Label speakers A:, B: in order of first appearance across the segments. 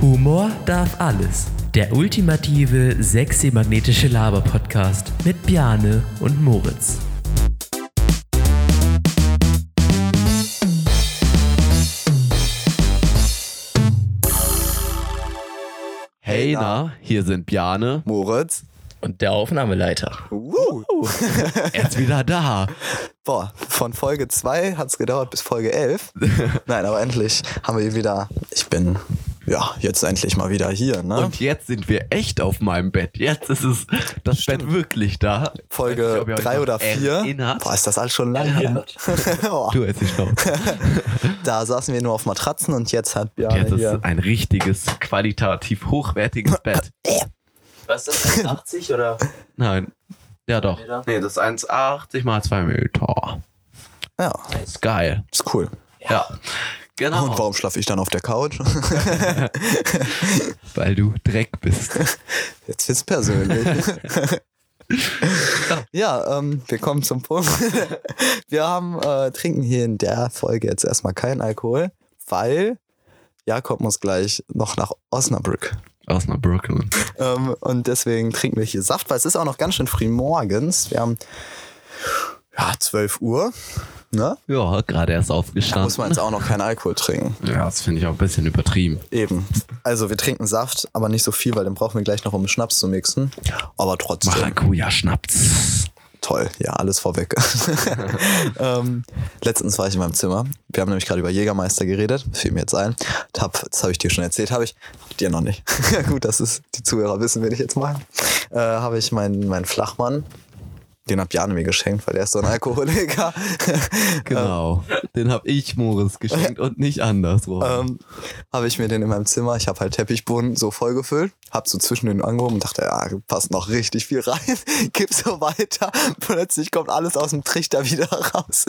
A: Humor darf alles. Der ultimative sexy magnetische Laber-Podcast mit Bjane und Moritz.
B: Hey,
C: Hey, na,
A: Ah,
B: na, hier sind Bjane.
C: Moritz.
A: Und der Aufnahmeleiter.
C: Woo.
B: Er ist wieder da.
C: Boah, von Folge 2 hat es gedauert bis Folge 11. Nein, aber endlich haben wir ihn wieder. Ich bin, ja, jetzt endlich mal wieder hier, ne?
B: Und jetzt sind wir echt auf meinem Bett. Jetzt ist es das Bett wirklich da. Ich weiß nicht,
C: Folge
B: ob ihr euch
C: 3
B: noch
C: oder 4.
B: erinnert.
C: Boah, ist das alles schon lange her. Boah,
B: Du es nicht noch.
C: da saßen wir nur auf Matratzen und jetzt hat
B: Jetzt
C: Björn hier.
B: ist ein richtiges, qualitativ hochwertiges Bett.
A: Was ist das, 80 oder?
B: Nein. Ja, doch. Nee, das ist 1,80 mal 2 Meter.
C: Ja,
B: Ist geil.
C: ist cool.
B: Ja. Genau.
C: Und warum schlafe ich dann auf der Couch?
B: Weil du Dreck bist.
C: Jetzt wird's persönlich. ja, ähm, wir kommen zum Punkt. Wir haben, äh, trinken hier in der Folge jetzt erstmal keinen Alkohol, weil Jakob muss gleich noch nach Osnabrück.
B: Aus einer Brooklyn.
C: Ähm, und deswegen trinken wir hier Saft, weil es ist auch noch ganz schön früh morgens. Wir haben ja 12 Uhr. Ne?
B: Ja, gerade erst
C: Da muss
B: aufgestanden.
C: man jetzt auch noch keinen Alkohol trinken.
B: Ja, das finde ich auch ein bisschen übertrieben.
C: Eben. Also wir trinken Saft, aber nicht so viel, weil den brauchen wir gleich noch, um Schnaps zu mixen. Aber trotzdem.
B: Maracuja-Schnaps.
C: Toll, ja, alles vorweg. ähm, letztens war ich in meinem Zimmer. Wir haben nämlich gerade über Jägermeister geredet. Fiel mir jetzt ein. Hab, das habe ich dir schon erzählt. Habe ich. Habt ihr noch nicht. Gut, das ist. Die Zuhörer wissen, wen ich jetzt mal. Äh, habe ich meinen meinen Flachmann. Den hat Bjane mir geschenkt, weil er ist so ein Alkoholiker.
B: Genau. Den habe ich Moritz geschenkt und nicht andersrum.
C: ähm, habe ich mir den in meinem Zimmer, ich habe halt Teppichboden so vollgefüllt, habe so zwischen den angehoben und dachte, ja, passt noch richtig viel rein, gib so weiter. Plötzlich kommt alles aus dem Trichter wieder raus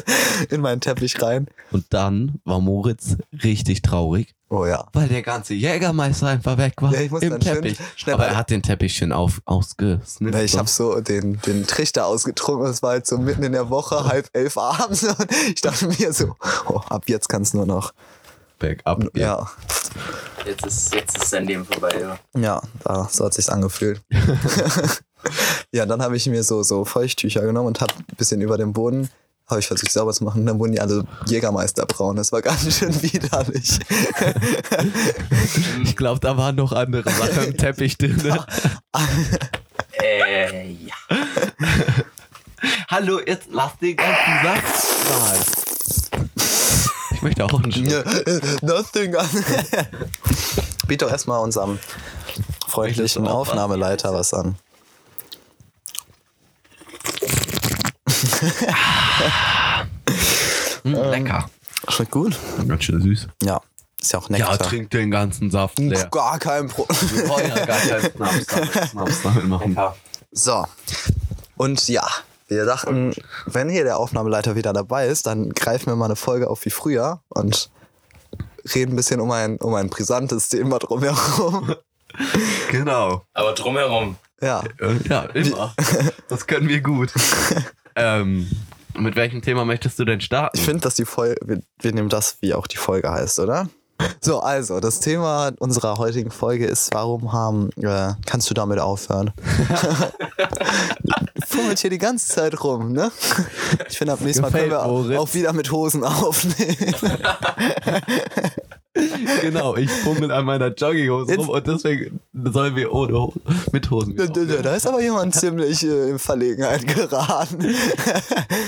C: in meinen Teppich rein.
B: Und dann war Moritz richtig traurig,
C: Oh ja.
B: weil der ganze Jägermeister einfach weg war
C: Ja, ich muss
B: im
C: dann schön
B: Teppich.
C: schnell
B: Aber
C: mal-
B: er hat den Teppich schön auf, ausgesnippt.
C: Weil ich habe so den, den Trichter ausgetrunken, es war halt so mitten in der Woche, halb elf abends und ich dachte mir so, oh, ab jetzt kann es nur noch.
B: Back up.
C: Ja,
A: Jetzt ist, jetzt ist dein Leben vorbei, ja.
C: Ja, da, so hat sich's angefühlt. ja, dann habe ich mir so, so Feuchttücher genommen und hab ein bisschen über dem Boden, habe ich versucht sauber zu machen, dann wurden die alle Jägermeisterbraun. Das war ganz schön widerlich.
B: Ich glaube, da waren noch andere Sachen im Teppich drin. ne? ah.
A: Äh, ja.
B: Hallo, jetzt lass den ganzen Saft mal. Ich möchte auch einen Schluck.
C: Nothing. Biet doch erstmal unserem freundlichen Aufnahmeleiter was an.
B: Ah. Hm, lecker.
C: Schmeckt gut.
B: Ganz schön süß.
C: Ja, ist ja auch
B: Ja,
C: Nektar.
B: trink den ganzen Saft leer.
C: Gar kein Problem.
B: Wir wollen ja gar keinen Schnaps damit- Schnaps damit machen.
C: So. Und ja, wir dachten, wenn hier der Aufnahmeleiter wieder dabei ist, dann greifen wir mal eine Folge auf wie früher und reden ein bisschen um ein, um ein brisantes Thema drumherum.
B: Genau.
A: Aber drumherum.
C: Ja.
B: Äh, Ja, immer. Das können wir gut. ähm, mit welchem Thema möchtest du denn starten?
C: Ich finde, dass die Folge, wir, wir nehmen das, wie auch die Folge heißt, oder? So, also, das Thema unserer heutigen Folge ist, warum haben, äh, kannst du damit aufhören? Fummelt hier die ganze Zeit rum, ne? Ich finde, ab nächstes Mal können
B: Gefällt
C: wir
B: Moritz.
C: auch wieder mit Hosen aufnehmen.
B: genau, ich fummel an meiner Jogginghose
C: Jetzt-
B: rum und deswegen sollen wir ohne Hose, mit Hosen.
C: Äh, Da, da, da, da ist aber jemand ziemlich äh, in Verlegenheit geraten.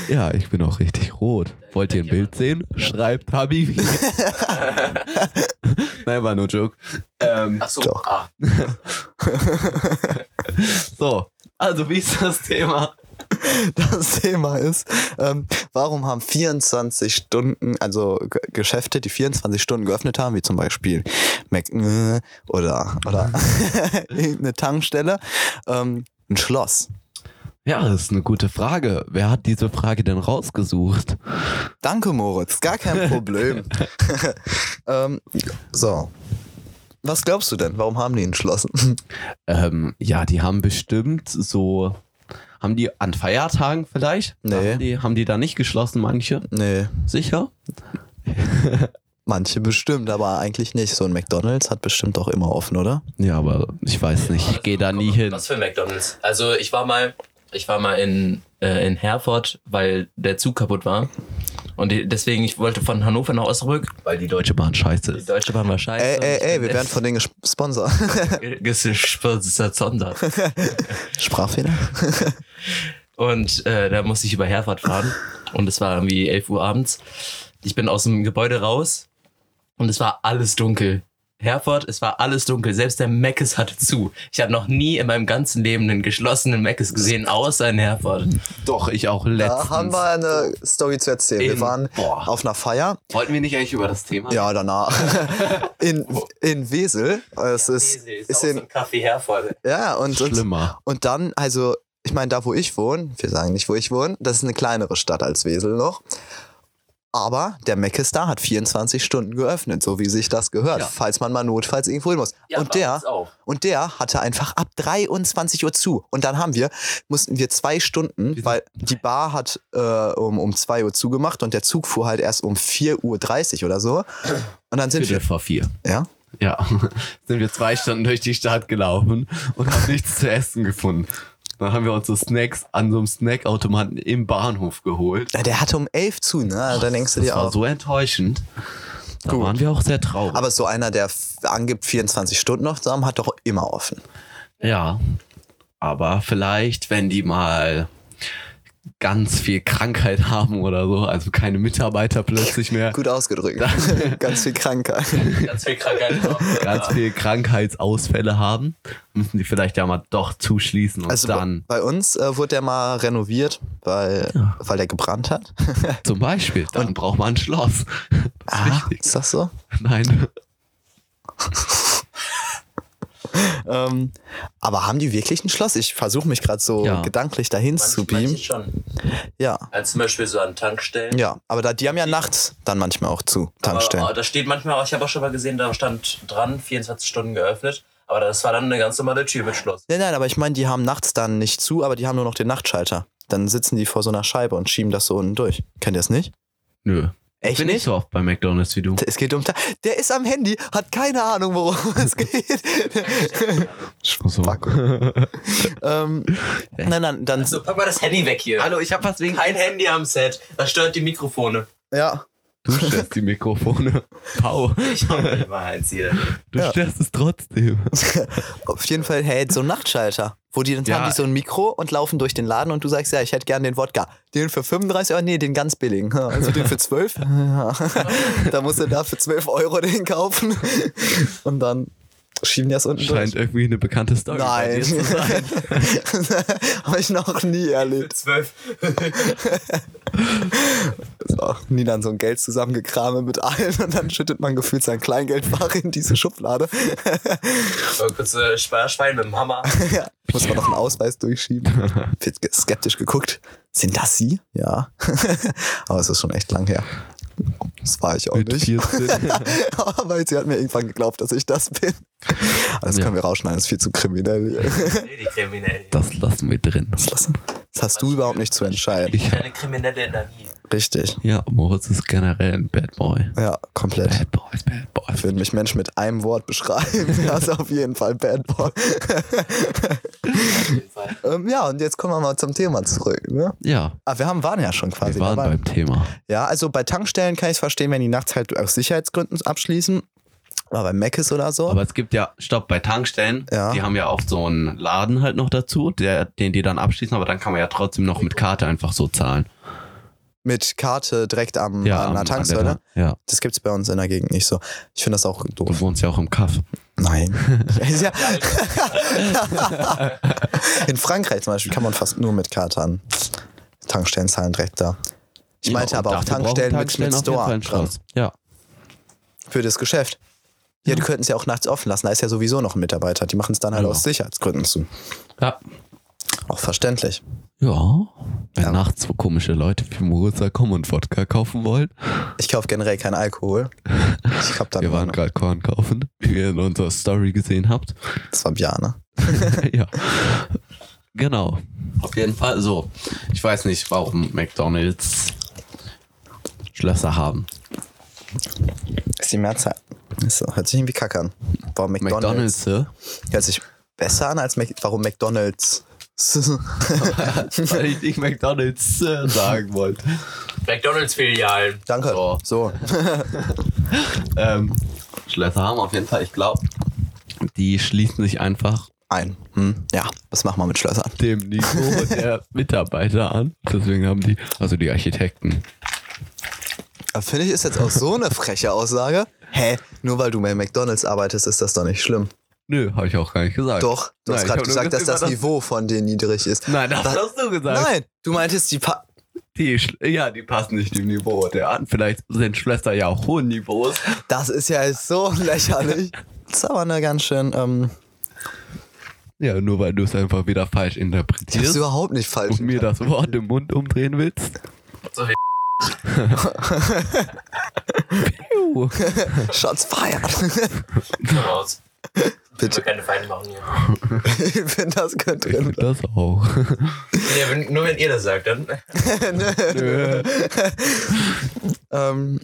B: Ja, ich bin auch richtig rot. Wollt ihr ein Bild sehen? Schreibt Habibi. Nein, war nur Joke. Ähm,
A: Achso,
C: Doch.
A: ah,
B: so, also wie ist das Thema?
C: Das Thema ist, ähm, warum haben 24 Stunden, also G Geschäfte, die 24 Stunden geöffnet haben, wie zum Beispiel Mac äh, oder, oder irgendeine Tankstelle, ähm, ein Schloss.
B: Ja, das ist eine gute Frage. Wer hat diese Frage denn rausgesucht?
C: Danke, Moritz, gar kein Problem. ähm, so. Was glaubst du denn? Warum haben die ein Schloss?
B: Ähm, ja, die haben bestimmt so. Haben die an Feiertagen vielleicht?
C: Nee.
B: Haben die, haben die da nicht geschlossen, manche?
C: nee.
B: Sicher?
C: Manche bestimmt, aber eigentlich nicht. So ein McDonalds hat bestimmt auch immer offen, oder?
B: Ja, aber ich weiß nicht. Ich gehe da nie hin.
D: Was für McDonalds? Also ich war mal, ich war mal in, äh, in Herford, weil der Zug kaputt war. Und die, deswegen, ich wollte von Hannover nach Osnabrück, weil die Deutsche,
B: Deutsche Bahn scheiße
D: die
B: ist.
D: Deutsche Bahn war scheiße.
C: Ey, ey,
D: Ich
C: ey,
D: bin
C: wir werden von denen gesponsert.
D: echt gesondert.
C: Sprachfehler?
D: Und äh, da musste ich über Herford fahren. Und es war irgendwie 11 Uhr abends. Ich bin aus dem Gebäude raus und es war alles dunkel. Herford, es war alles dunkel. Selbst der Meckes hatte zu. Ich habe noch nie in meinem ganzen Leben einen geschlossenen Meckes gesehen, außer in Herford.
B: Doch, ich auch
C: Da haben wir eine Story zu erzählen. Wir
D: In-
C: waren
B: Boah.
C: auf einer Feier.
B: Wollten wir nicht eigentlich über das Thema?
C: Ja, danach. In, in Wesel. Es ist, ist in,
D: Kaffee Herford.
C: ja, und, und
B: Schlimmer.
C: Und dann, also, ich meine, da wo ich wohne, wir sagen nicht, wo ich wohne, das ist eine kleinere Stadt als Wesel noch. Aber der Mac ist da, hat 24 Stunden geöffnet, so wie sich das gehört,
D: Ja.
C: falls man mal notfalls irgendwo hin muss.
D: Ja,
C: und
D: bei
C: der,
D: uns auch.
C: und der hatte einfach ab 23 Uhr zu. Und dann haben wir, mussten wir zwei Stunden, weil die Bar hat äh, um, um 2 Uhr zugemacht und der Zug fuhr halt erst um 4.30 Uhr oder so. Und dann sind wir,
B: Viertel vor vier.
C: ja,
B: Ja. Sind wir zwei Stunden durch die Stadt gelaufen und haben nichts zu essen gefunden. Dann haben wir uns so Snacks an so einem Snackautomaten im Bahnhof geholt.
C: Ja, der hatte um 11 zu, ne? Dann denkst du
B: Das
C: dir
B: war
C: auch.
B: so enttäuschend. Da
C: Gut.
B: waren wir auch sehr traurig.
C: Aber so einer, der f- angibt 24 Stunden noch zu haben, hat doch immer offen.
B: Ja. Aber vielleicht, wenn die mal ganz viel Krankheit haben oder so, also keine Mitarbeiter plötzlich mehr,
C: Gut ausgedrückt. Ganz viel Krankheit.
D: Ganz viel Krankheit.
B: ganz viel Krankheitsausfälle haben, müssen die vielleicht ja mal doch zuschließen und
C: Also
B: dann
C: bei uns äh, wurde der mal renoviert, weil, weil der gebrannt hat.
B: zum Beispiel, dann braucht man ein Schloss. Das ist
C: Ah,
B: wichtig.
C: ist das so?
B: Nein.
C: Ähm, aber haben die wirklich ein Schloss? Ich versuche mich gerade so
B: Ja.
C: gedanklich dahin zu beamen.
D: schon.
C: Ja.
D: Also zum Beispiel so an Tankstellen.
C: Ja, aber da, die haben ja nachts dann manchmal auch zu, Tankstellen.
D: Aber, aber da steht manchmal, ich habe auch schon mal gesehen, da stand dran, 24 Stunden geöffnet. Aber das war dann eine ganz normale Tür mit Schloss.
C: nein, nein, aber ich meine, die haben nachts dann nicht zu, aber die haben nur noch den Nachtschalter. Dann sitzen die vor so einer Scheibe und schieben das so unten durch. Kennt ihr das nicht?
B: Nö.
C: Echt
B: Bin nicht so oft bei McDonalds wie du.
C: Es geht um. Ta- Der ist am Handy, hat keine Ahnung, worum es geht.
B: So.
C: ähm, nein, nein, dann.
D: So, pack mal das Handy weg hier.
B: Hallo, ich hab was wegen.
D: Kein Handy am Set. Das stört die Mikrofone.
C: Ja.
B: Du stellst die Mikrofone. Pau.
D: Ich habe immer eins hier.
B: Du
C: Ja.
B: stellst es trotzdem.
C: Auf jeden Fall, hey, so ein Nachtschalter. Wo die dann
B: Ja.
C: haben die so ein Mikro und laufen durch den Laden und du sagst, ja, ich hätte gern den Wodka. Den für 35 Euro, nee, den ganz billigen. Ha, Also den für 12? Ja. da musst du da für 12 Euro den kaufen. Und dann schieben die das unten
B: Scheint
C: durch.
B: irgendwie eine bekannte Story. bei dir
C: Nein.
B: zu sein.
C: Habe ich noch nie erlebt.
D: Zwölf.
C: auch nie dann so ein Geld zusammengekrame mit allen und dann schüttet man gefühlt sein Kleingeldfach in diese Schublade.
D: Kurz äh, Sparschwein mit dem Hammer.
C: ja. Muss man noch einen Ausweis durchschieben. Wird ge- skeptisch geguckt. Sind das sie? Ja. Aber es ist schon echt lang her. Das war ich auch
B: Mit
C: nicht.
B: 14.
C: Aber sie hat mir irgendwann geglaubt, dass ich das bin. Aber Das
B: Ja.
C: können wir rausschneiden, das ist viel zu kriminell.
D: Nee, die Kriminellen.
B: Das lassen wir drin.
C: Das lassen- das hast du überhaupt nicht zu entscheiden.
D: Ich eine kriminelle Energie.
C: Richtig.
B: Ja, Moritz ist generell ein Bad Boy.
C: Ja, komplett.
B: Bad Boys, Bad Boys.
C: Würden mich Menschen mit einem Wort beschreiben. Das ist auf jeden Fall Bad Boy.
D: auf jeden Fall.
C: Ähm, ja, und jetzt kommen wir mal zum Thema zurück. Ne?
B: Ja,
C: Ah, wir haben, waren ja schon
B: wir
C: quasi
B: waren
C: dabei.
B: beim Thema.
C: Ja, also bei Tankstellen kann ich es verstehen, wenn die nachts halt aus Sicherheitsgründen abschließen. Aber bei Mc's oder so.
B: Aber es gibt ja, stopp, bei Tankstellen,
C: Ja.
B: die haben ja auch so einen Laden halt noch dazu, der, den die dann abschließen, aber dann kann man ja trotzdem noch mit Karte einfach so zahlen.
C: mit Karte direkt am,
B: Ja,
C: an
B: am-
C: der Tankstelle.
B: an der- Ja,
C: das gibt's bei uns in der Gegend nicht so. Ich finde das auch
B: du
C: doof.
B: wohnst ja auch im Kaff.
C: Nein. ja. in Frankreich zum Beispiel kann man fast nur mit Karte an. Tankstellen zahlen direkt da. Ich meinte
B: Ja, und
C: aber auch
B: dafür brauchen
C: Tankstellen,
B: Tankstellen
C: mit,
B: auf
C: mit
B: jeden Fall
C: Store
B: einen
C: dran.
B: Schloss. Ja,
C: für das Geschäft. Ja, die könnten es ja auch nachts offen lassen. Da ist ja sowieso noch ein Mitarbeiter. Die machen es dann halt
B: Ja.
C: aus Sicherheitsgründen zu.
B: ja.
C: Auch verständlich.
B: Ja, wenn
C: Ja.
B: nachts so komische Leute wie Moritz da kommen und Wodka kaufen wollen.
C: Ich kaufe generell keinen Alkohol. Ich hab dann.
B: Wir waren gerade Korn kaufen, wie ihr in unserer Story gesehen habt.
C: Das war Bjane.
B: ja. Genau. Auf jeden Fall so. Ich weiß nicht, warum McDonalds Schlösser haben.
C: Maxi Merzer. Ist so, hört sich irgendwie kacke an. Warum McDonald's?
B: McDonalds, äh, hä?
C: Hört sich besser an als Mac Warum McDonald's?
B: Weil ich nicht McDonalds äh, sagen wollte.
D: McDonalds-Filialen.
C: Danke.
B: So.
C: So.
B: Ähm, Schlösser haben wir auf jeden Fall, ich glaube. Die schließen sich einfach
C: Ein. Hm. Ja, was machen wir mit Schlössern?
B: dem Niveau der Mitarbeiter an. Deswegen haben die, also die Architekten.
C: Aber Finde ich, ist jetzt auch so eine freche Aussage. Hä? Nur weil du bei McDonalds arbeitest, ist das doch nicht schlimm.
B: Nö, habe ich auch gar nicht gesagt.
C: Doch, du
B: Nein,
C: hast
B: ich
C: gerade
B: hab nur
C: gesagt, dass das
B: gesagt,
C: Niveau von denen niedrig ist.
B: Nein, das
C: Was?
B: hast du gesagt.
C: Nein, du meintest, die pa
B: Die, Sch- ja, die passen nicht dem Niveau der an. Vielleicht sind Schwester ja auch hohen Niveaus.
C: Das ist ja jetzt so lächerlich. Das ist aber eine ganz schön. Ähm,
B: Ja, nur weil du es einfach wieder falsch
C: das ist
B: interpretierst
C: überhaupt nicht falsch.
B: und mir das Wort im Mund umdrehen willst. Piu.
C: Shots feiert.
D: Komm raus.
C: Bitte.
D: keine Feinde machen hier.
C: ich finde, das könnte
B: Ich
C: drin.
B: find das auch.
D: Ja, wenn, nur wenn ihr das sagt, dann.
B: Nö.
C: Ähm,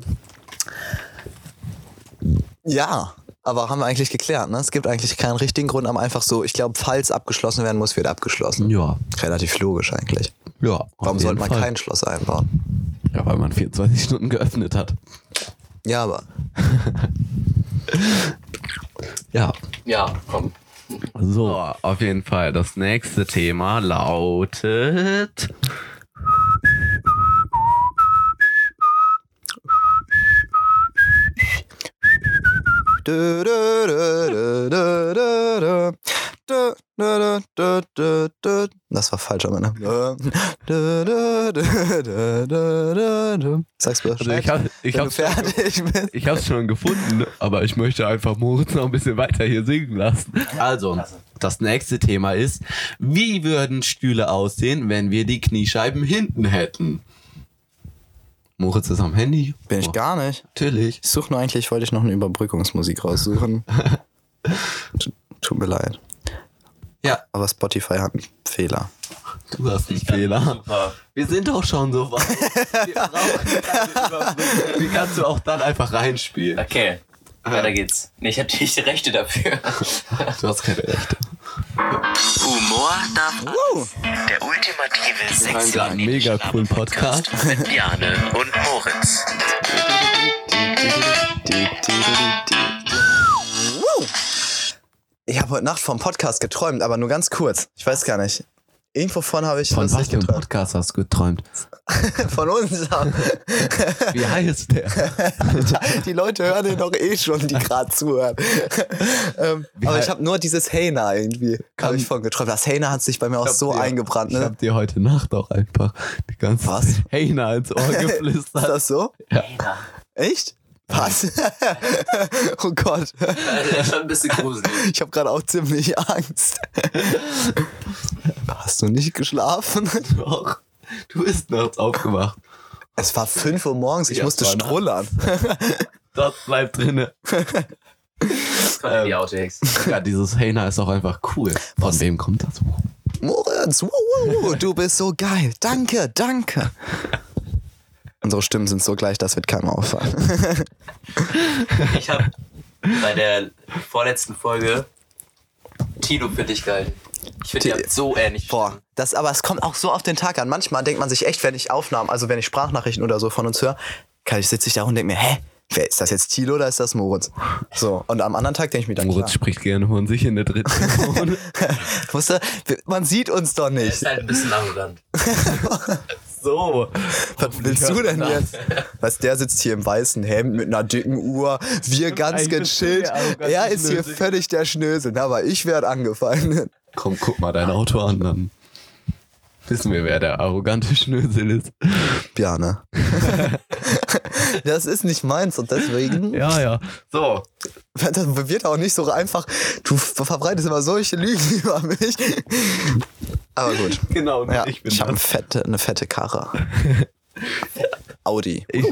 C: ja, aber haben wir eigentlich geklärt, ne? Es gibt eigentlich keinen richtigen Grund, aber einfach so, ich glaube, falls abgeschlossen werden muss, wird abgeschlossen.
B: ja,
C: Relativ logisch eigentlich.
B: ja. auf
C: Warum
B: jeden
C: sollte man
B: Fall.
C: kein Schloss einbauen?
B: Ja, weil man 24 Stunden geöffnet hat.
C: Ja, aber
B: Ja.
D: Ja, komm.
B: So, auf jeden Fall. Das nächste Thema lautet.
C: Dö, dö, dö, dö, dö, dö, dö. Dö, dö, dö, dö, dö, dö. Das war falsch, aber ne? Dö, dö, dö, dö, dö, dö, dö. Sag's Bescheid,
B: Also ich hab- ich
C: wenn du
B: hab's-
C: fertig bist.
B: Ich hab's schon gefunden, aber ich möchte einfach Moritz noch ein bisschen weiter hier singen lassen. Also, das nächste Thema ist, wie würden Stühle aussehen, wenn wir die Kniescheiben hinten hätten? Moritz ist am Handy.
C: Bin ich
B: Oh,
C: gar nicht.
B: Natürlich.
C: Ich suche nur eigentlich, wollte ich noch eine Überbrückungsmusik raussuchen. T- Tut mir leid.
B: Ja,
C: Aber Spotify hat einen Fehler.
B: du hast einen Fehler.
D: Super.
B: Wir sind doch schon so weit. Wir brauchen keine Überbrückung. Die kannst du auch dann einfach reinspielen.
D: Okay. Weiter geht's. Nee, ich hab die nicht die Rechte dafür.
B: Du hast keine Rechte.
E: Humor darf alles. Der ultimative sexy
B: einen mega coolen Podcast.
E: mit Bjane und Moritz.
C: Ich habe heute Nacht vom Podcast geträumt, aber nur ganz kurz. Ich weiß gar nicht. Irgendwo von habe ich
B: Von
C: lustig
B: was für einem
C: geträumt.
B: Podcast hast du geträumt?
C: Von uns.
B: Wie heißt der?
C: Die Leute hören den doch eh schon, die gerade zuhören. ähm, aber ich habe nur dieses Hena irgendwie, habe ich von geträumt. Das Hena hat sich bei mir auch so
B: dir-
C: eingebrannt.
B: Ich
C: Ne?
B: hab dir heute Nacht auch einfach die ganze
C: Was?
B: Hähner ins Ohr
C: Ist
B: geflüstert.
C: das so? Echt? Was? oh Gott,
D: ist Äh, schon ein bisschen gruselig.
C: ich habe gerade auch ziemlich Angst. Hast du nicht geschlafen?
B: Doch. Du bist nachts aufgewacht.
C: Es war 5 Uhr morgens, ich
B: Ja,
C: musste
B: es war nachts.
C: strullern.
B: Das bleibt drinne.
D: Komm, die Outtakes.
B: Ja, dieses Hähner ist auch einfach cool. Von wem kommt das?
C: Moritz, wuh, wuh, wuh, du bist so geil. Danke, danke. Unsere Stimmen sind so gleich, das wird keinem auffallen.
D: Ich hab bei der vorletzten Folge Tilo für dich gehalten. Ich finde, ihr
C: Ti-
D: habt so ähnlich.
C: Boah, das, aber es kommt auch so auf den Tag an. Manchmal denkt man sich echt, wenn ich Aufnahmen, also wenn ich Sprachnachrichten oder so von uns höre, kann ich sitze ich da und denke mir, hä, wer ist das jetzt Thilo oder ist das Moritz? So, und am anderen Tag denke ich mir dann,
B: Moritz
C: Moritz.
B: spricht gerne von sich in der dritten Person.
C: Wusste, man sieht uns doch
D: Er
C: nicht.
D: ist halt ein bisschen arrogant.
B: so.
C: Was willst du denn jetzt? Was, der sitzt hier im weißen Hemd mit einer dicken Uhr, wir ganz
B: Eigentlich bist du
C: gechillt.
B: der arrogante
C: Er ist hier
B: Schnösel.
C: völlig der Schnösel, aber ich werde angefallen.
B: Komm, guck mal dein Auto an, dann wissen wir, wer der arrogante Schnösel ist.
C: Bjane. das ist nicht meins und deswegen
B: Ja, ja. So.
C: das wird auch nicht so einfach. Du ver- verbreitest immer solche Lügen über mich. Aber gut.
B: Genau,
C: Ja,
B: ich
C: ich
B: bin
C: habe eine
B: das.
C: fette, eine fette Karre. Audi.
B: Ich,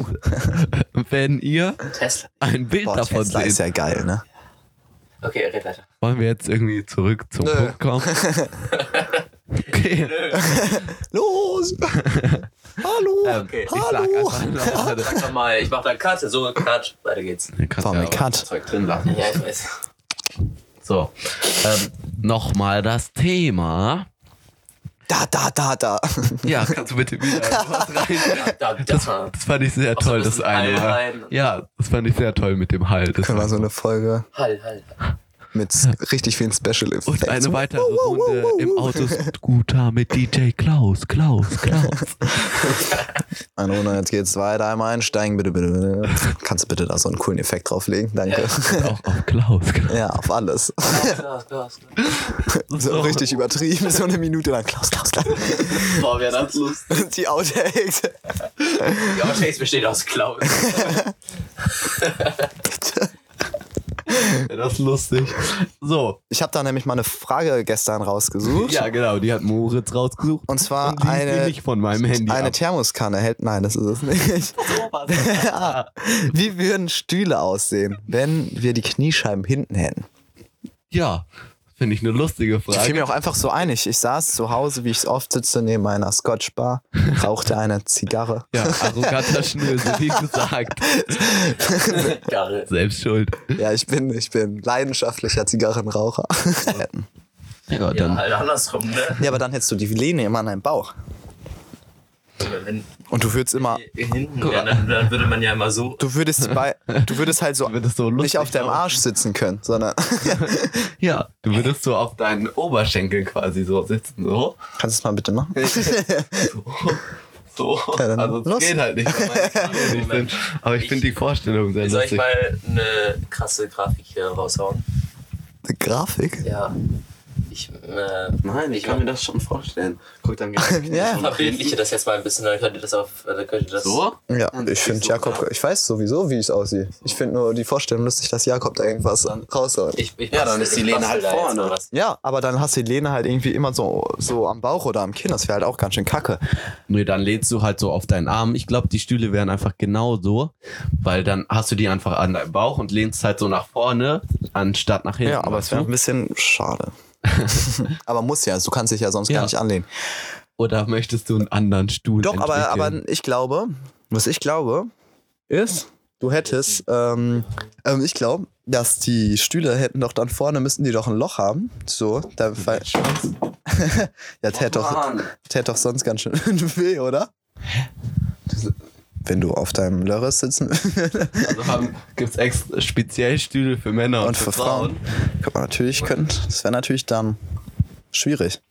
B: wenn ihr
D: Tesla.
B: ein Bild
C: Boah,
B: davon
C: Tesla ist
B: seht,
C: ja geil, ne?
D: Okay, red weiter.
B: wollen wir jetzt irgendwie zurück zum
C: Nö.
B: Punkt kommen. Okay.
C: Los! Hallo!
B: Ähm, Ich sag
C: Hallo!
B: einfach, warte.
D: Sag doch mal, ich mach da Cut, so Cut, weiter geht's.
B: Du kannst
C: Warum
B: ja
C: ein
B: auch
C: Cut?
B: das Zeug drin lassen.
D: Ja, ich weiß.
B: So. Ähm, Nochmal das Thema.
C: Da, da, da, da.
B: Ja, kannst du bitte wieder was rein.
D: Da,
B: Das,
D: da.
B: das fand ich sehr
D: Auch so
B: toll,
D: ein
B: das
D: bisschen Hall
B: eine.
D: rein.
B: Mal. Ja, das fand ich sehr toll mit dem Halt. Das
C: Können wir so eine Folge
D: Hall, Hall.
C: mit richtig vielen Special Effects.
B: Und eine weitere Runde im Autoscooter mit DJ Klaus, Klaus, Klaus.
C: Eine Runde, jetzt geht's weiter. Einmal einsteigen, bitte, bitte, bitte. Kannst du bitte da so einen coolen Effekt drauflegen? Danke.
B: Auch auf Klaus, Klaus.
C: Ja, auf alles.
D: Klaus, Klaus, Klaus.
C: So richtig übertrieben, so eine Minute lang. Klaus, Klaus, Klaus.
D: Boah, wäre das lustig.
C: Die Outtakes.
D: Die Outtakes besteht aus Klaus.
B: Das ist lustig. So,
C: Ich habe da nämlich mal eine Frage gestern rausgesucht.
B: ja genau, die hat Moritz rausgesucht.
C: Und zwar
B: und die ist
C: eine-
B: nicht von meinem Handy
C: Eine
B: ab.
C: Thermoskanne hält. Nein, das ist es nicht. Ah, Wie würden Stühle aussehen, wenn wir die Kniescheiben hinten hätten?
B: Ja, finde ich eine lustige
C: Ich fiel
B: Frage.
C: mir auch einfach so einig. Ich saß zu Hause, wie ich es oft sitze, neben einer Scotch-Bar, rauchte eine Zigarre.
B: Ja, arroganter Schnösel, wie gesagt.
D: Garre.
B: Selbst schuld.
C: Ja, ich bin, ich bin leidenschaftlicher Zigarrenraucher. Hätten.
B: Ja,
D: Ja,
B: dann.
D: halt andersrum, ne?
C: ja, aber dann hättest du die Lehne immer an deinem Bauch.
D: Also, Wenn
C: Und du würdest immer.
D: hinten wären, dann, dann würde man ja immer so.
C: Du würdest die Bei du würdest halt so,
B: Wird es so
C: nicht
B: lustig
C: auf deinem Arsch sitzen können, sondern
B: Ja, du würdest so auf deinen Oberschenkel quasi so sitzen, so.
C: kannst du es mal bitte machen?
B: So.
C: Ja, dann
B: also es
C: los.
B: geht halt nicht, weil meine Knie nicht sind. Aber ich, finde die Vorstellung sehr
D: Soll ich
B: lustig.
D: mal eine krasse Grafik hier raushauen?
C: Eine Grafik?
D: Ja. Ich, äh,
B: Nein, ich kann mir das schon vorstellen. Guck dann gerne.
C: Ja.
D: verbildliche das jetzt mal ein bisschen, dann könnt ihr das auf, dann könnt ihr das.
B: So?
C: Ja,
B: Dann
C: ich finde
B: siehst du-
C: Jakob, ich weiß sowieso, wie es aussieht. Ich finde nur die Vorstellung lustig, dass Jakob da irgendwas raushaut.
D: Ich, ich
B: Ja,
D: bastel-
B: dann ist die
D: ich
B: Lehne
D: bastel
B: halt
D: da jetzt
B: vorne.
D: mal was.
C: Ja, aber dann hast du die Lehne halt irgendwie immer so, so am Bauch oder am Kinn. Das wäre halt auch ganz schön kacke.
B: Nee, dann lädst du halt so auf deinen Arm. Ich glaube, die Stühle wären einfach genau so, weil dann hast du die einfach an deinem Bauch und lehnst halt so nach vorne, anstatt nach hinten.
C: Ja, aber es
B: weißt
C: wäre
B: du?
C: ein bisschen schade. aber muss ja, du kannst dich ja sonst
B: Ja.
C: gar nicht anlehnen.
B: Oder möchtest du einen anderen Stuhl?
C: Doch, aber,
B: entwickeln?
C: aber ich glaube, was ich glaube, ist, du hättest, ähm, ähm, ich glaube, dass die Stühle hätten doch dann vorne, müssten die doch ein Loch haben. So, da, weil, ja, tät doch, tät doch sonst ganz schön weh, oder? Wenn du auf deinem Lörres sitzen
B: Also haben, gibt's extra speziell Stühle für Männer und,
C: und für Frauen, könnte man natürlich, könnte, das wäre natürlich dann schwierig.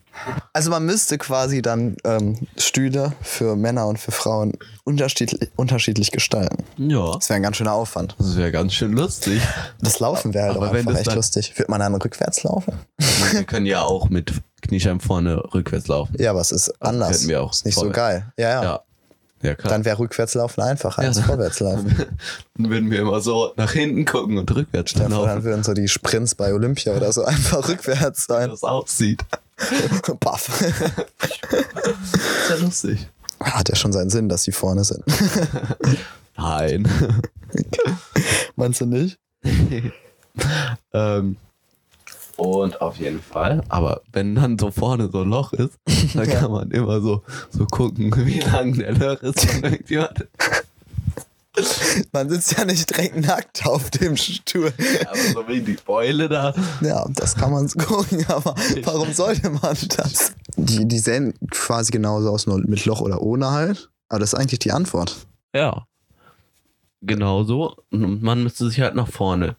C: Also man müsste quasi dann ähm, Stühle für Männer und für Frauen unterschiedlich, unterschiedlich gestalten.
B: Ja.
C: Das wäre ein ganz schöner Aufwand.
B: Das wäre ganz schön lustig.
C: Das Laufen wäre halt
B: Aber
C: aber
B: wenn
C: einfach
B: das
C: echt
B: dann-
C: lustig. Wird man dann rückwärts laufen?
B: Wir können ja auch mit Kniescheiben vorne rückwärts laufen.
C: Ja, aber es ist anders.
B: hätten wir auch
C: ist nicht so
B: vorwärts.
C: geil. Ja, ja.
B: Ja. Ja, klar.
C: Dann wäre rückwärts laufen einfacher
B: Ja.
C: als vorwärts laufen.
B: Dann würden wir immer so nach hinten gucken und rückwärts
C: Dann,
B: laufen,
C: dann würden so die Sprints bei Olympia oder so einfach rückwärts
B: wie
C: sein.
B: das aussieht.
C: Paff.
B: Das ist ja lustig.
C: Hat ja schon seinen Sinn, dass die vorne sind.
B: Nein.
C: Meinst du nicht?
B: ähm, und auf jeden Fall. Aber wenn dann so vorne so ein Loch ist, dann
C: Ja.
B: kann man immer so, so gucken, wie lang der Loch ist von irgendjemand.
C: Man sitzt ja nicht direkt nackt auf dem Stuhl.
B: Aber so wie die Beule da.
C: Ja, das kann man so gucken, aber warum sollte man das? Die, die sehen quasi genauso aus, nur mit Loch oder ohne halt. Aber das ist eigentlich die Antwort.
B: Ja. Genau so. Und man müsste sich halt nach vorne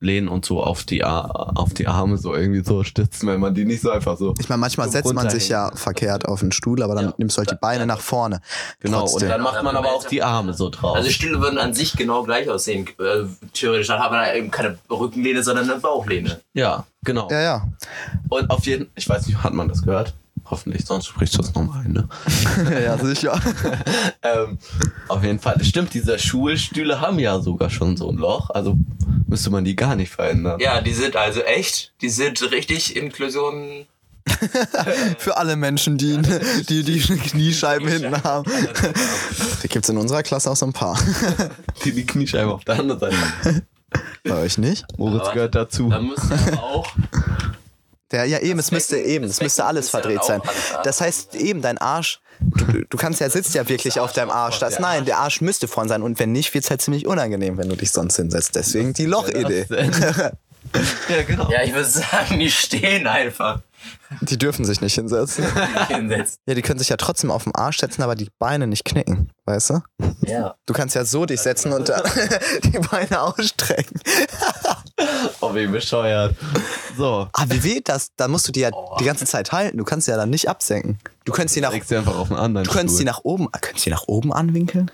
B: lehnen und so auf die, Ar auf die Arme so irgendwie so stützen, wenn man die nicht so einfach so.
C: Ich meine, manchmal
B: Zum
C: setzt man sich ja
B: Runterhängen.
C: verkehrt auf den Stuhl, aber dann
B: Ja.
C: nimmst du halt die Beine nach vorne.
B: Genau,
C: Trotzdem.
B: und dann macht man aber auch die Arme so drauf.
D: Also Stühle würden an sich genau gleich aussehen, äh, theoretisch. Dann hat man eben keine Rückenlehne, sondern eine Bauchlehne.
B: ja, genau.
C: Ja, ja.
B: Und auf jeden ich weiß nicht, hat man das gehört? Hoffentlich, sonst sprichst du es nochmal ein, ne?
C: ja, sicher.
B: Ähm, auf jeden Fall, stimmt, diese Schulstühle haben ja sogar schon so ein Loch, also müsste man die gar nicht verändern.
D: Ja, die sind also echt, die sind richtig Inklusion.
C: Für alle Menschen, die, die, die Kniescheiben hinten haben. Da gibt es in unserer Klasse auch so ein paar.
B: Die, die Kniescheibe auf der anderen Seite.
C: Bei euch nicht?
B: Moritz
D: Aber-
B: gehört dazu.
D: Da müssen aber auch
C: Ja, ja, eben, es müsste eben, es müsste alles verdreht sein. Das heißt, eben, dein Arsch, du, du kannst ja, sitzt ja wirklich auf deinem Arsch. Das, nein, der Arsch müsste vorn sein und wenn nicht, wird es halt ziemlich unangenehm, wenn du dich sonst hinsetzt. Deswegen die Lochidee.
B: Ja, genau.
D: Ja, ich würde sagen, die stehen einfach.
C: Die dürfen sich nicht hinsetzen.
D: Hinsetzen.
C: Ja, die können sich ja trotzdem auf den Arsch setzen, aber die Beine nicht knicken, weißt du?
D: Ja.
C: Du kannst ja so dich setzen und dann die Beine ausstrecken.
B: Oh, wie bescheuert. So.
C: Ah, wie weht das? Da musst du die ja die ganze Zeit halten. Du kannst sie ja dann nicht absenken. Du könntest sie nach,
B: Legst du einfach auf einen anderen
C: du könntest sie
B: Stuhl.
C: nach oben, ah, könntest sie nach oben anwinkeln?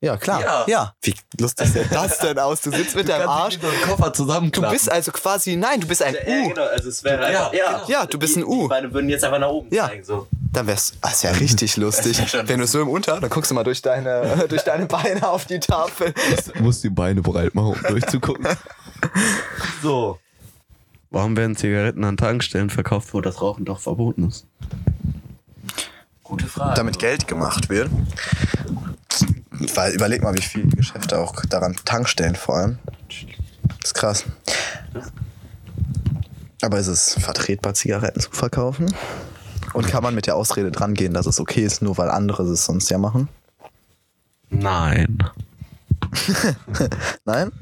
C: Ja, klar. Ja.
D: Ja.
C: Wie lustig sieht das denn aus? Du sitzt mit deinem Arsch.
B: den Koffer
C: Du
B: zusammenklappen.
C: bist also quasi, nein, du bist ein U.
D: also es wäre einfach.
C: ja. Ja, du bist ein Die- U. die
D: Beine würden jetzt einfach nach oben
C: Ja. zeigen,
D: so.
C: Dann wär's, das wäre richtig lustig.
D: wär schon
C: Wenn du so im Unter, dann guckst du mal durch deine, durch deine Beine auf die Tafel.
B: Du musst die Beine breit machen, um durchzugucken. so. Warum werden Zigaretten an Tankstellen verkauft, wo das Rauchen doch verboten ist?
D: Gute Frage.
C: damit Geld gemacht wird. Weil überleg mal, wie viele Geschäfte auch daran Tankstellen vor allem. Das ist krass. Aber ist es vertretbar, Zigaretten zu verkaufen? Und kann man mit der Ausrede dran gehen, dass es okay ist, nur weil andere es sonst ja machen?
B: Nein.
C: Nein?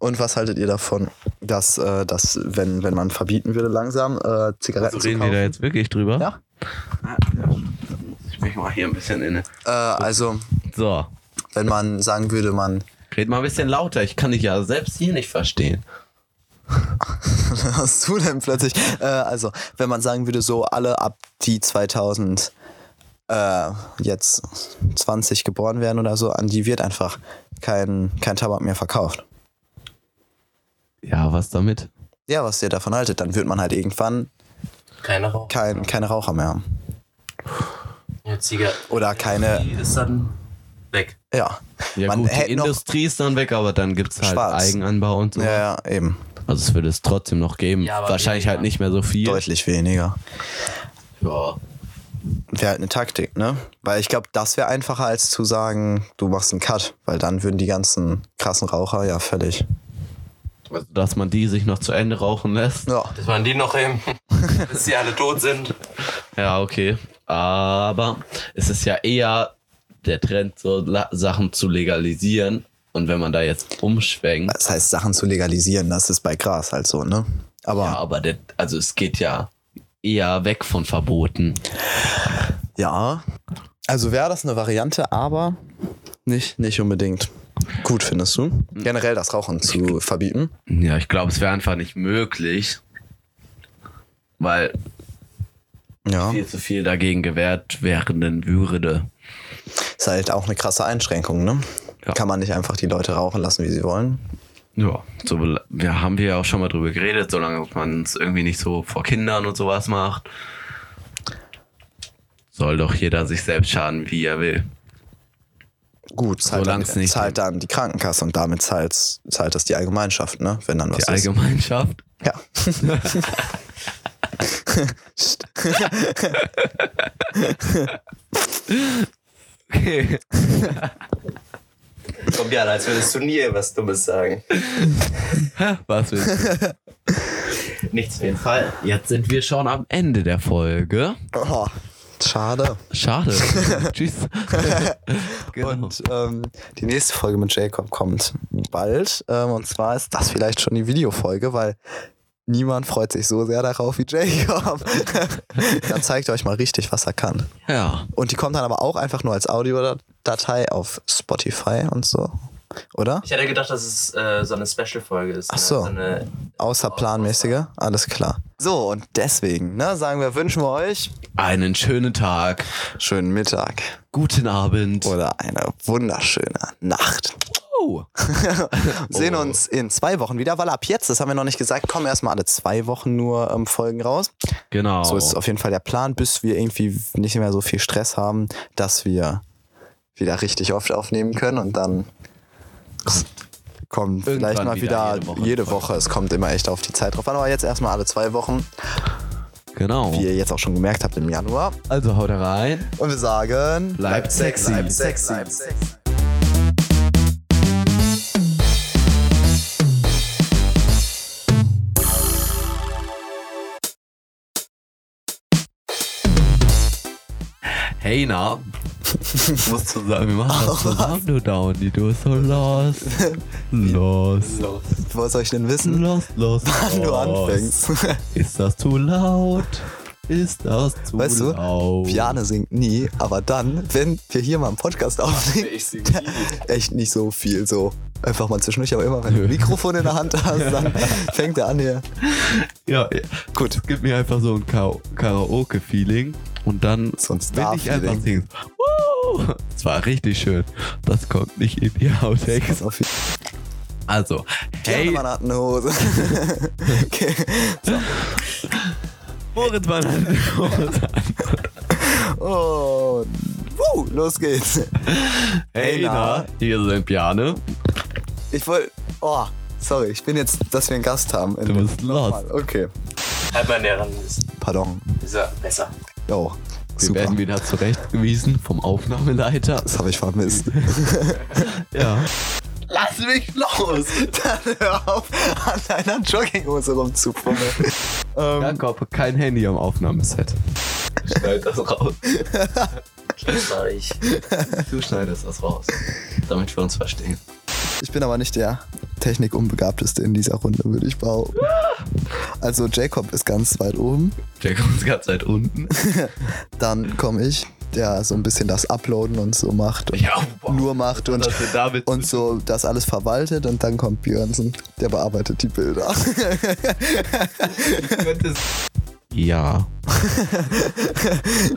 C: Und was haltet ihr davon, dass, äh, dass wenn, wenn man verbieten würde langsam, äh, Zigaretten
B: So
C: zu
B: Also reden die
C: kaufen?
B: da jetzt wirklich drüber?
C: Ja.
B: Ich bin mal hier ein bisschen inne.
C: Äh, also,
B: So.
C: wenn man sagen würde, man
B: Red mal ein bisschen lauter, ich kann dich ja selbst hier nicht verstehen.
C: hast du denn plötzlich? Äh, also, wenn man sagen würde, so alle ab die 2000 äh, jetzt 20 geboren werden oder so, an die wird einfach kein, kein Tabak mehr verkauft.
B: Ja, was damit?
C: Ja, was ihr davon haltet, dann wird man halt irgendwann
D: Keine Rauch.
C: kein, keine Raucher mehr haben.
D: Ja, Zigarette.
C: Oder keine,
D: Die ist dann weg.
C: ja.
B: Ja
C: man
B: gut, die
C: hält noch,
B: Industrie ist dann weg, aber dann gibt es halt
C: Schwarz.
B: Eigenanbau und so.
C: ja, ja, eben,
B: Also es würde es trotzdem noch geben.
D: Ja, aber
B: Wahrscheinlich
D: weniger.
B: halt nicht mehr so viel.
C: deutlich weniger.
B: Ja.
C: Wäre halt eine Taktik, ne? Weil ich glaube, das wäre einfacher als zu sagen, du machst einen Cut, weil dann würden die ganzen krassen Raucher ja völlig.
B: Also, dass man die sich noch zu Ende rauchen lässt.
C: Ja.
D: Dass man die noch eben, bis sie alle tot sind.
B: Ja, okay. Aber es ist ja eher der Trend, so La Sachen zu legalisieren. Und wenn man da jetzt umschwenkt,
C: Das heißt, Sachen zu legalisieren, das ist bei Gras halt so, ne? Aber
B: ja,
C: ja,
B: aber der, also es geht ja eher weg von Verboten.
C: also wäre das eine Variante, aber nicht, nicht unbedingt. Gut, findest du? Mhm. Generell das Rauchen zu verbieten.
B: Ja, ich glaube, es wäre einfach nicht möglich, weil
C: Ja.
B: viel zu viel dagegen gewährt werden würde.
C: Ist halt auch eine krasse Einschränkung, ne?
B: Ja.
C: Kann man nicht einfach die Leute rauchen lassen, wie sie wollen.
B: Ja, so, bel- wir haben wir ja auch schon mal drüber geredet, solange man es irgendwie nicht so vor Kindern und sowas macht. Soll doch jeder sich selbst schaden, wie er will.
C: Gut, zahlt, dann,
B: Solang's nicht-
C: zahlt dann die Krankenkasse und damit zahlt, zahlt das die Allgemeinschaft, ne? Wenn dann was
B: Die
C: ist.
B: Allgemeinschaft.
C: Ja.
B: Okay.
D: Komm, ja, als würdest du nie was Dummes sagen.
B: Was willst du?
D: Nichts auf jeden Fall.
B: Jetzt sind wir schon am Ende der Folge.
C: Oh, schade.
B: Schade. Tschüss. genau.
C: Und ähm, die nächste Folge mit Jacob kommt bald. Ähm, und zwar ist das vielleicht schon die Videofolge, weil niemand freut sich so sehr darauf wie Jacob. dann zeigt er euch mal richtig, was er kann.
B: Ja.
C: Und die kommt dann aber auch einfach nur als Audiodatei auf Spotify und so. Oder?
D: Ich hätte gedacht, dass es äh, so eine Special-Folge ist. ne?
C: Ach so.
D: So eine,
C: Außerplanmäßige? Alles klar. So, und deswegen, ne, sagen wir, wünschen wir euch
B: Einen schönen Tag.
C: schönen Mittag
B: Guten Abend.
C: oder eine wunderschöne Nacht.
B: Oh.
C: sehen uns in zwei Wochen wieder, weil ab jetzt, das haben wir noch nicht gesagt, kommen erstmal alle zwei Wochen nur ähm, Folgen raus.
B: Genau.
C: So ist auf jeden Fall der Plan, bis wir irgendwie nicht mehr so viel Stress haben, dass wir wieder richtig oft aufnehmen können und dann kommen vielleicht
B: Irgendwann
C: mal wieder,
B: wieder
C: jede,
B: jede
C: Woche,
B: Woche.
C: Es kommt immer echt auf die Zeit drauf an, aber jetzt erstmal alle zwei Wochen,
B: genau.
C: wie ihr jetzt auch schon gemerkt habt im Januar.
B: Also haut rein.
C: Und wir sagen,
B: Bleibt sexy.
C: bleibt sexy.
B: Container. Ich muss zusammen, wir machen das zusammen, du Downy, du bist so lost. Los,
C: Wo soll ich denn wissen?
B: los, los.
C: Wann du anfängst.
B: Ist das zu laut? Ist das zu
C: Weißt du,
B: laut?
C: Piane singt nie, aber dann, wenn wir hier mal einen Podcast aufnehmen,
F: Ich sing nie.
C: echt nicht so viel so. Einfach mal zwischendurch, aber immer wenn du ein Mikrofon in der Hand hast, dann fängt er an hier.
B: Ja, ja.
C: Gut.
B: Es gibt mir einfach so ein Ka Karaoke-Feeling und dann
C: So ein
B: will ich einfach
C: Star-Feeling.
B: singen. Woo! Das war richtig schön. Das kommt nicht in die Outtakes.
C: Pass auf, wie-
B: Also, hey,
C: Pianemann hat eine Hose. okay.
B: Moritz Mann hat Moritz an.
C: Und wuh, los geht's.
B: Hey,
C: Hey, na.
B: na, hier sind Piane.
C: Ich wollte. Oh, sorry, ich bin jetzt, dass wir einen Gast haben.
B: Du bist
C: Mal,
B: lost.
C: Okay,
F: Einmal näher ran ist,
C: pardon.
F: ist er besser.
C: Oh,
B: Wir
C: super.
B: werden wieder zurechtgewiesen vom Aufnahmeleiter.
C: Das habe ich vermisst.
B: Ja.
C: Lass mich los! Dann hör auf, an deiner Jogginghose rumzufummeln. ähm,
B: Jakob, kein Handy am Aufnahmeset.
F: Schneid das raus. Das war ich.
B: Du schneidest das raus.
F: Damit wir uns verstehen.
C: ich bin aber nicht der Technikunbegabteste in dieser Runde, würde ich behaupten. Also Jacob ist ganz weit oben.
B: Der kommt die ganze Zeit unten.
C: Dann komme ich, der so ein bisschen das Uploaden und so macht und
B: Ja, wow.
C: nur macht und,
B: Dass wir damit
C: und so das alles verwaltet. Und dann kommt Björnsen, der bearbeitet die Bilder.
B: Ja.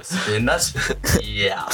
F: Ist denn das? Ja.